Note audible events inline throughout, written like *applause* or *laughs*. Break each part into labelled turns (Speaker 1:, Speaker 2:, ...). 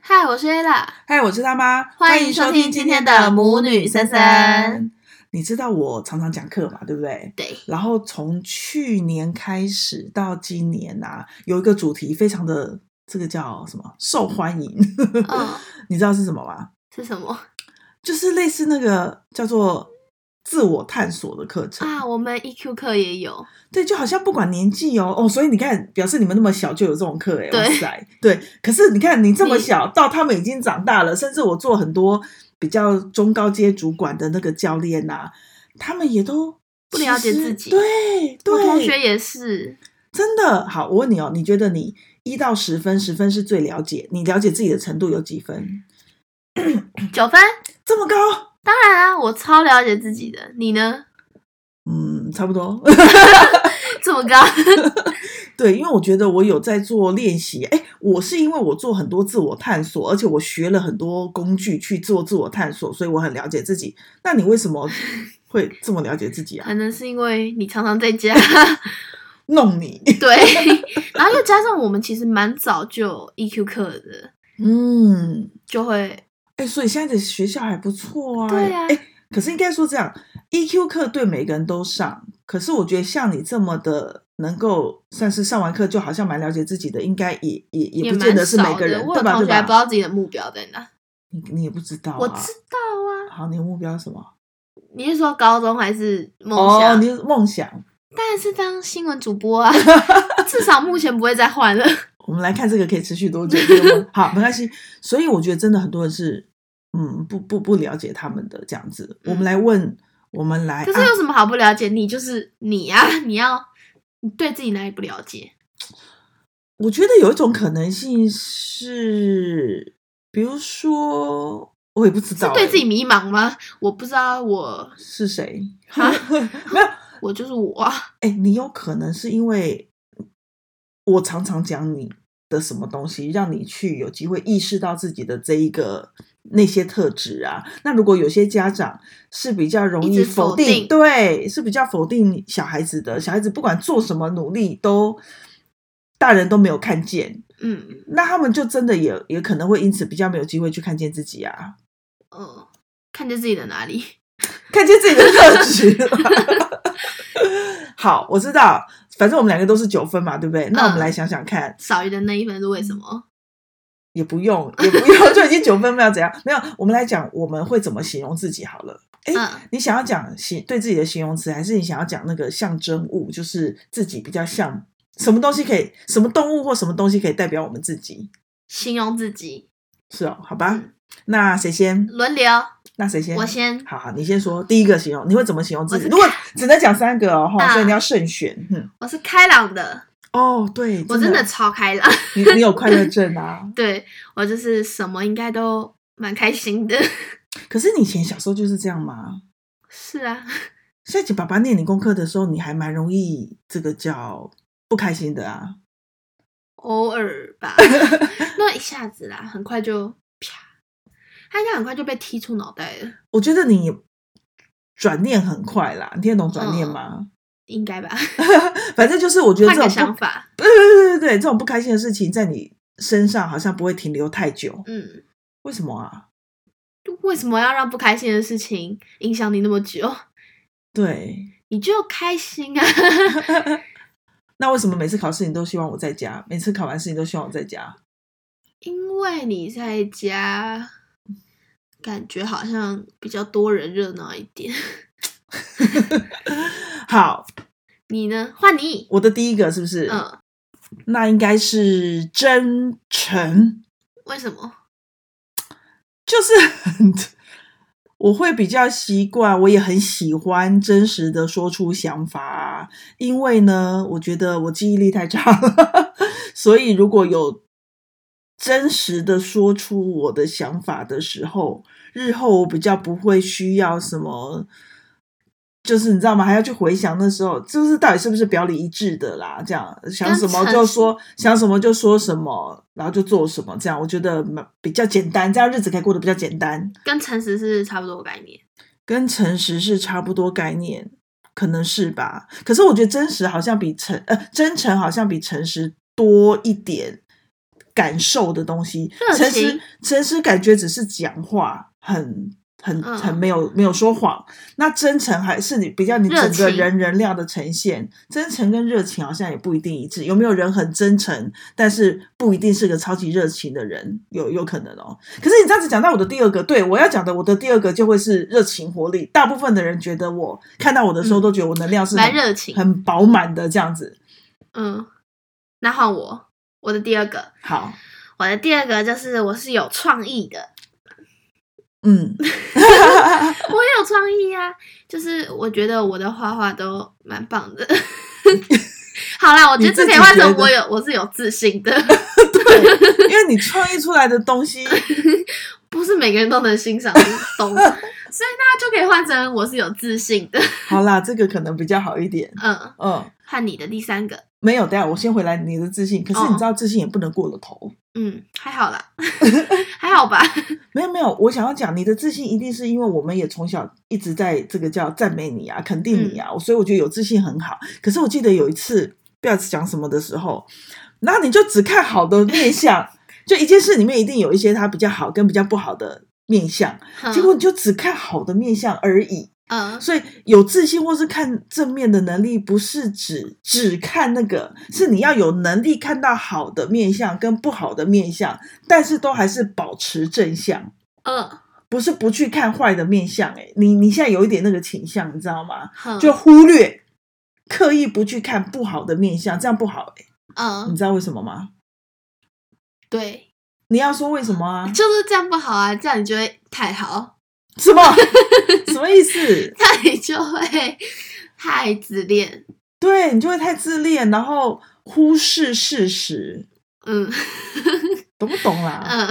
Speaker 1: 嗨，我是 Ella。
Speaker 2: 嗨，我是大妈，
Speaker 1: 欢迎收听今天的母女森森。
Speaker 2: 你知道我常常讲课嘛，对不对？
Speaker 1: 对，
Speaker 2: 然后从去年开始到今年啊，有一个主题非常的，这个叫什么？受欢迎。
Speaker 1: 嗯，
Speaker 2: *laughs* 你知道是什么吗？
Speaker 1: 是什
Speaker 2: *laughs*
Speaker 1: 么
Speaker 2: 就是类似那个叫做自我探索的课程。
Speaker 1: 啊？我们 EQ 课也有，
Speaker 2: 对，就好像不管年纪哦，哦，所以你看，表示你们那么小就有这种课哎，
Speaker 1: 对
Speaker 2: 哇塞，对。可是你看，你这么
Speaker 1: 你
Speaker 2: 小，到他们已经长大了，甚至我做很多比较中高阶主管的那个教练呐、他们也都
Speaker 1: 不了解
Speaker 2: 其实
Speaker 1: 自己
Speaker 2: 对
Speaker 1: 我
Speaker 2: 对，
Speaker 1: 同学也是，
Speaker 2: 真的好。我问你哦，你觉得你一到十分，十分是最了解，你了解自己的程度有几
Speaker 1: 嗯
Speaker 2: 分？
Speaker 1: 九分。
Speaker 2: 这么高？
Speaker 1: 当然啊，我超了解自己的。你呢？ *laughs*
Speaker 2: 嗯，差不多。
Speaker 1: 这么高？ *laughs*
Speaker 2: 对，因为我觉得我有在做练习。哎，我是因为我做很多自我探索，而且我学了很多工具去做自我探索，所以我很了解自己。那你为什
Speaker 1: *laughs*
Speaker 2: 么会这么了解自己啊？
Speaker 1: 可能是因为你常常在
Speaker 2: *laughs*
Speaker 1: 家，
Speaker 2: 弄
Speaker 1: *laughs*
Speaker 2: 你，
Speaker 1: 对，然后又加上我们其实蛮早就有 EQ 课的，
Speaker 2: 嗯，
Speaker 1: 就会
Speaker 2: 哎，所以现在的学校还不错啊。
Speaker 1: 对啊
Speaker 2: 哎，可是应该说这样，EQ 课对每个人都上，可是我觉得像你这么的。能够算是上完课就好像蛮了解自己的，应该也也也不
Speaker 1: 蛮
Speaker 2: 见得是
Speaker 1: 少
Speaker 2: 每个人
Speaker 1: 的。，我
Speaker 2: 对
Speaker 1: 有
Speaker 2: 吧？
Speaker 1: 同
Speaker 2: 对
Speaker 1: 学还不知
Speaker 2: 吧？
Speaker 1: 道自己的目标在哪。
Speaker 2: 你你也不知道、啊，
Speaker 1: 我知道啊，
Speaker 2: 好，你的目标是什么？
Speaker 1: 你是说高中还是梦
Speaker 2: 哦，
Speaker 1: 想？
Speaker 2: 你是梦想。
Speaker 1: 当然是当新闻主
Speaker 2: *laughs*
Speaker 1: 播啊，至少目前不会再换了。
Speaker 2: 我们来看这个可以持续多久？这个梦 *laughs* 好，没关系。所以我觉得真的很多人是，嗯，不不不了解他们的这样子。我们来问，我们来，
Speaker 1: 嗯可是
Speaker 2: 啊
Speaker 1: 有什么好不了解？你就是你呀、啊，你要你对自己哪里不了解？
Speaker 2: 我觉得有一种可能性是，比如说，我也不知道、
Speaker 1: 是对自己迷茫吗？我不知道我，
Speaker 2: 是谁。
Speaker 1: 哈
Speaker 2: 没有，
Speaker 1: 我就是我啊，
Speaker 2: 哎、你有可能是因为我常常讲你的什么东西，让你去有机会意识到自己的这一个那些特质啊。那如果有些家长是比较容
Speaker 1: 一
Speaker 2: 易
Speaker 1: 直
Speaker 2: 否
Speaker 1: 否定
Speaker 2: 对，是比较否定小孩子的，小孩子不管做什么努力都。大人都没有看见，
Speaker 1: 嗯
Speaker 2: 那他们就真的也也可能会因此比较没有机会去看见自己啊。
Speaker 1: 嗯、呃看见自己的哪里？
Speaker 2: 看见自己的特质 *laughs* 了。好，我知道，反正我们两个都是九分嘛，对
Speaker 1: 嗯
Speaker 2: 不对？那我们来想想看，
Speaker 1: 少余的那一分是为什么？
Speaker 2: 也不用， *laughs* 也不用，就已经九分，不要怎样。没有，我们来讲我们会怎么形容自己好了。哎、
Speaker 1: 嗯
Speaker 2: 你想要讲形对自己的形容词，还是你想要讲那个象征物，就是自己比较像什么东西可以，什么动物或什么东西可以代表我们自己？
Speaker 1: 形容自己，
Speaker 2: 是哦，好吧。
Speaker 1: 嗯
Speaker 2: 那谁先？
Speaker 1: 轮流，
Speaker 2: 那谁先？
Speaker 1: 我先。
Speaker 2: 好好，你先说第一个形容，你会怎么形容自己？
Speaker 1: 我是
Speaker 2: 如果只能讲三个哦，吼
Speaker 1: 啊
Speaker 2: 所以你要慎选。嗯，
Speaker 1: 我是开朗的，
Speaker 2: 哦，对，
Speaker 1: 我真的 *laughs* 超开朗，？
Speaker 2: 你你有快乐症啊
Speaker 1: 对我就是什么应该都蛮开心的。 *laughs*
Speaker 2: 可是你以前小时候就是这样吗？
Speaker 1: 是啊，
Speaker 2: 下一集爸爸念你功课的时候，你还蛮容易这个叫不开心的啊。
Speaker 1: 偶尔 *laughs* 吧，那一下子啦，很快就啪，他应该很快就被踢出脑袋了，
Speaker 2: 我觉得你转念很快啦，你听得懂转念吗？
Speaker 1: 应该吧？
Speaker 2: 反正就是我觉得
Speaker 1: 嗯换个
Speaker 2: 这种不
Speaker 1: 想，法，
Speaker 2: 对对对对对，这种不开心的事情在你身上好像不会停留太久。
Speaker 1: 嗯，
Speaker 2: 为什么啊？
Speaker 1: 就为什么要让不开心的事情影响你那么久？
Speaker 2: 对，
Speaker 1: 你就开心啊！ *laughs*
Speaker 2: 那为什么每次考试你都希望我在家？每次考完试你都希望我在家？
Speaker 1: 因为你在家，感觉好像比较多人热闹一点。
Speaker 2: 好，
Speaker 1: 你呢？换你，
Speaker 2: 我的第一个是不是？
Speaker 1: 嗯，
Speaker 2: 那应该是真诚，
Speaker 1: 为什么？
Speaker 2: 就是很，我会比较习惯，我也很喜欢真实的说出想法啊，因为呢，我觉得我记忆力太差了， *laughs* 所以如果有真实的说出我的想法的时候，日后我比较不会需要什么。就是你知道吗？还要去回想那时候，就是到底是不是表里一致的啦？这样想什么
Speaker 1: 跟诚
Speaker 2: 就说想什么就说什么，然后就做什么，这样我觉得蛮比较简单，这样日子可以过得比较简单。
Speaker 1: 跟诚实是差不多的概念。
Speaker 2: 跟诚实是差不多概念，可能是吧。可是我觉得真实好像比诚呃真诚好像比诚实多一点，感受的东西
Speaker 1: 热。
Speaker 2: 诚
Speaker 1: 情
Speaker 2: 实，诚实感觉只是讲话，很很
Speaker 1: 嗯
Speaker 2: 很没有没有说谎。那真诚还是你比较你
Speaker 1: 热
Speaker 2: 整个
Speaker 1: 情
Speaker 2: 人人量的呈现，真诚跟热情好像也不一定一致。有没有人很真诚，但是不一定是个超级热情的人？有有可能哦。可是你这样子讲到我的第二个，对我要讲的我的第二个就会是热情活力。大部分的人觉得我看到我的时候
Speaker 1: 嗯
Speaker 2: 都觉得我能量是
Speaker 1: 蛮
Speaker 2: 很
Speaker 1: 热情。
Speaker 2: 很饱满的这样子。
Speaker 1: 嗯，那换我，我的第二个，
Speaker 2: 好，
Speaker 1: 我的第二个就是我是有创意的， *laughs*
Speaker 2: 嗯，
Speaker 1: 我也有创意呀、就是我觉得我的画画都蛮棒的。 *laughs* 好啦，我觉得这可以换成我有，我是有自信的， *laughs*
Speaker 2: 对，因为你创意出来的东西，
Speaker 1: 不是每个人都能欣赏得 *laughs* 懂，所以那就可以换成我是有自信的。 *laughs*
Speaker 2: 好啦，这个可能比较好一点。
Speaker 1: 嗯，
Speaker 2: 嗯，
Speaker 1: 换你的第三个，
Speaker 2: 没有，等一下我先回来你的自信。可是
Speaker 1: 哦
Speaker 2: 你知道自信也不能过了头。
Speaker 1: 嗯，还好啦， *laughs* 还好吧， *laughs*
Speaker 2: 没有没有，我想要讲你的自信，一定是因为我们也从小一直在这个叫赞美你啊、肯定你啊，所以我觉得有自信很好。可是我记得有一次不要讲什么的时候，然后你就只看好的面相，就一件事里面一定有一些它比较好跟比较不好的面相，结果你就只看好的面相而已。
Speaker 1: 嗯，
Speaker 2: 所以有自信或是看正面的能力，不是只只看那个，是你要有能力看到好的面相跟不好的面相，但是都还是保持正向，
Speaker 1: 嗯
Speaker 2: 不是不去看坏的面相。哎，你你现在有一点那个倾向，你知道吗？
Speaker 1: 嗯，
Speaker 2: 就忽略，刻意不去看不好的面相，这样不好。哎，你
Speaker 1: 嗯，
Speaker 2: 知道为什么吗？
Speaker 1: 对，
Speaker 2: 你要说为什么啊？
Speaker 1: 就是这样不好啊，这样你就会太好， *laughs*
Speaker 2: 什么？什么意思？
Speaker 1: 这样你就会太自恋，
Speaker 2: 对你就会太自恋，然后忽视事实，
Speaker 1: 嗯。
Speaker 2: 懂不懂啦？
Speaker 1: 嗯， *laughs*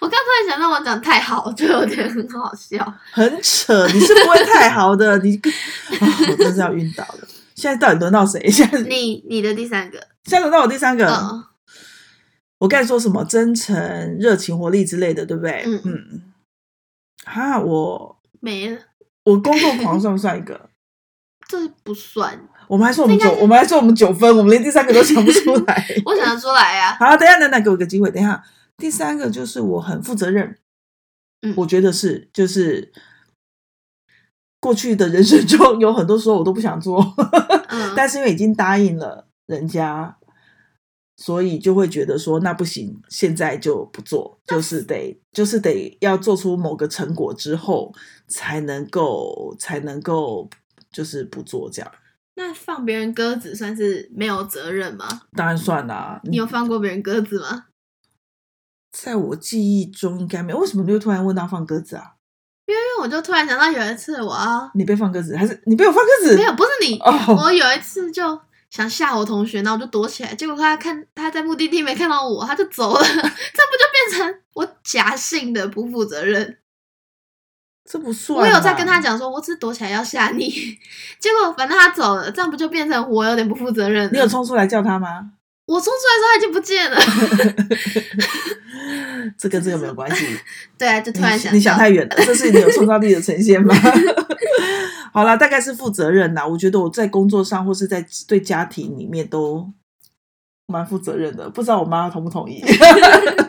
Speaker 1: 我刚突然想到我讲太好，就有点很好笑。
Speaker 2: 很扯，你是不会太好的，你
Speaker 1: *laughs*
Speaker 2: 跟啊、我真是要晕倒了。现在到底轮到谁？现在现
Speaker 1: 你你的第三个，
Speaker 2: 在轮到我第三个。
Speaker 1: 嗯
Speaker 2: 我刚才说什么真诚、热情、活力之类的，对不对？
Speaker 1: 嗯
Speaker 2: 嗯。哈，我
Speaker 1: 没了，
Speaker 2: 我工作狂算不算一个？
Speaker 1: 这不算，
Speaker 2: 我们还说我们
Speaker 1: 这应该
Speaker 2: 九，
Speaker 1: 是
Speaker 2: 我们还说我们九分，我们连第三个都想不出来。
Speaker 1: *laughs* 我想得出来啊
Speaker 2: *laughs*
Speaker 1: 呀、
Speaker 2: 好，等一下，等等，给我个机会。等一下，第三个就是我很负责任，
Speaker 1: 嗯
Speaker 2: 我觉得是，就是过去的人生中有很多时候我都不想做，
Speaker 1: 嗯
Speaker 2: 但是因为已经答应了人家，所以就会觉得说那不行，现在就不做，就是得就是得要做出某个成果之后才能够才能够就是不做这样。
Speaker 1: 那放别人鸽子算是没有责任吗？
Speaker 2: 当然算啦、
Speaker 1: 你有放过别人鸽子吗？
Speaker 2: 在我记忆中应该没有。为什么你会突然问到放鸽子啊？
Speaker 1: 因为我就突然想到有一次我要
Speaker 2: 你被放鸽子，还是你被我放鸽子？
Speaker 1: 没有，不是你，
Speaker 2: 嗯哦，
Speaker 1: 我有一次就。想吓我同学，然后我就躲起来，结果他看他在目的地没看到我，他就走了，这 *laughs* 不就变成我假性的不负责任？
Speaker 2: 这不算。
Speaker 1: 我有在跟他，讲说，我只是躲起来要吓你， *laughs* 结果反正他走了，这样不就变成我有点不负责任了？
Speaker 2: 你有冲出来叫他吗？
Speaker 1: 我冲出来的时候他已经不见了， *laughs*
Speaker 2: 这跟这个没有关系。
Speaker 1: 对啊，就突然
Speaker 2: 你
Speaker 1: 想
Speaker 2: 你想
Speaker 1: 到
Speaker 2: 太远了，这是你有创造力的呈现吗？ *laughs* 好啦，大概是负责任啦。我觉得我在工作上或是在对家庭里面都蛮负责任的，不知道我妈同不同意。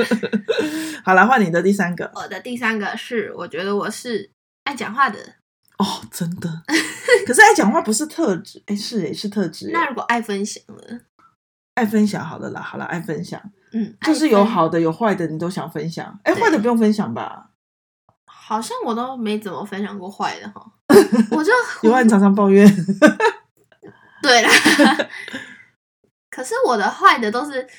Speaker 2: *laughs* 好啦，换你的第三个
Speaker 1: 我的第三个是，我觉得我是爱讲话的，
Speaker 2: 哦，真的。可是爱讲话不是特质，哎、是哎、是特质、
Speaker 1: 那
Speaker 2: 哎
Speaker 1: 如果爱分享呢？
Speaker 2: 爱分享好了啦，好啦，爱分享
Speaker 1: 嗯，
Speaker 2: 就是
Speaker 1: 爱分
Speaker 2: 有，好的有坏的，你都想分享。哎、
Speaker 1: 对
Speaker 2: 坏的不用分享吧？
Speaker 1: 好像我都没怎么分享过坏的
Speaker 2: *laughs*
Speaker 1: 哈，我就
Speaker 2: 有啊，你常常抱怨。 *laughs*
Speaker 1: 对啦， *laughs* 可是我的坏的都是。 *laughs*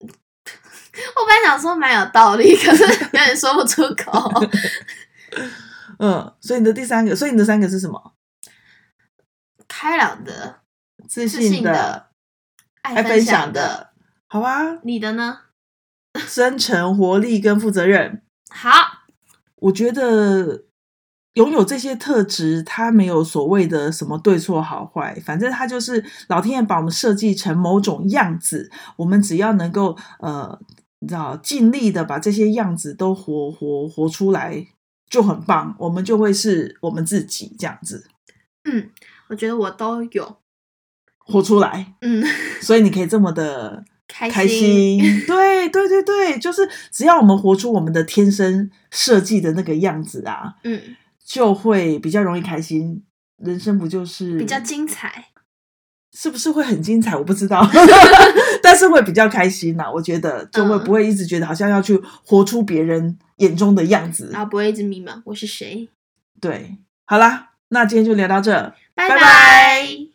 Speaker 1: 我本来想说蛮有道理，可是有点说不出
Speaker 2: *laughs*
Speaker 1: 口。
Speaker 2: 嗯，所以你的第三个，所以你的三个是什么？
Speaker 1: 开朗的，
Speaker 2: 自
Speaker 1: 自信
Speaker 2: 的
Speaker 1: 的、
Speaker 2: 爱
Speaker 1: 爱
Speaker 2: 分
Speaker 1: 享
Speaker 2: 享的，好啊，
Speaker 1: 你的呢？
Speaker 2: 真诚、活力跟负责任，
Speaker 1: 好，
Speaker 2: 我觉得拥有这些特质，它没有所谓的什么对错好坏，反正它就是老天爷把我们设计成某种样子，我们只要能够呃，你知道，尽力的把这些样子都活活活出来。就很棒，我们就会是我们自己这样子
Speaker 1: 嗯，我觉得我都有，
Speaker 2: 活出来，
Speaker 1: 嗯， *laughs*
Speaker 2: 所以你可以这么的
Speaker 1: 开
Speaker 2: 开心，
Speaker 1: *laughs*
Speaker 2: 对对对对，就是只要我们活出我们的天生设计的那个样子啊，
Speaker 1: 嗯，
Speaker 2: 就会比较容易开心。人生不就是
Speaker 1: 比较精彩。
Speaker 2: 是不是会很精彩？我不
Speaker 1: *laughs*
Speaker 2: 知道，但是会比较开心呐、我觉得就会
Speaker 1: 嗯
Speaker 2: 不会一直觉得好像要去活出别人眼中的样子。
Speaker 1: 然后不会一直迷茫我是谁。
Speaker 2: 对，好啦，那今天就聊到这。
Speaker 1: 拜
Speaker 2: 拜
Speaker 1: 拜。
Speaker 2: 拜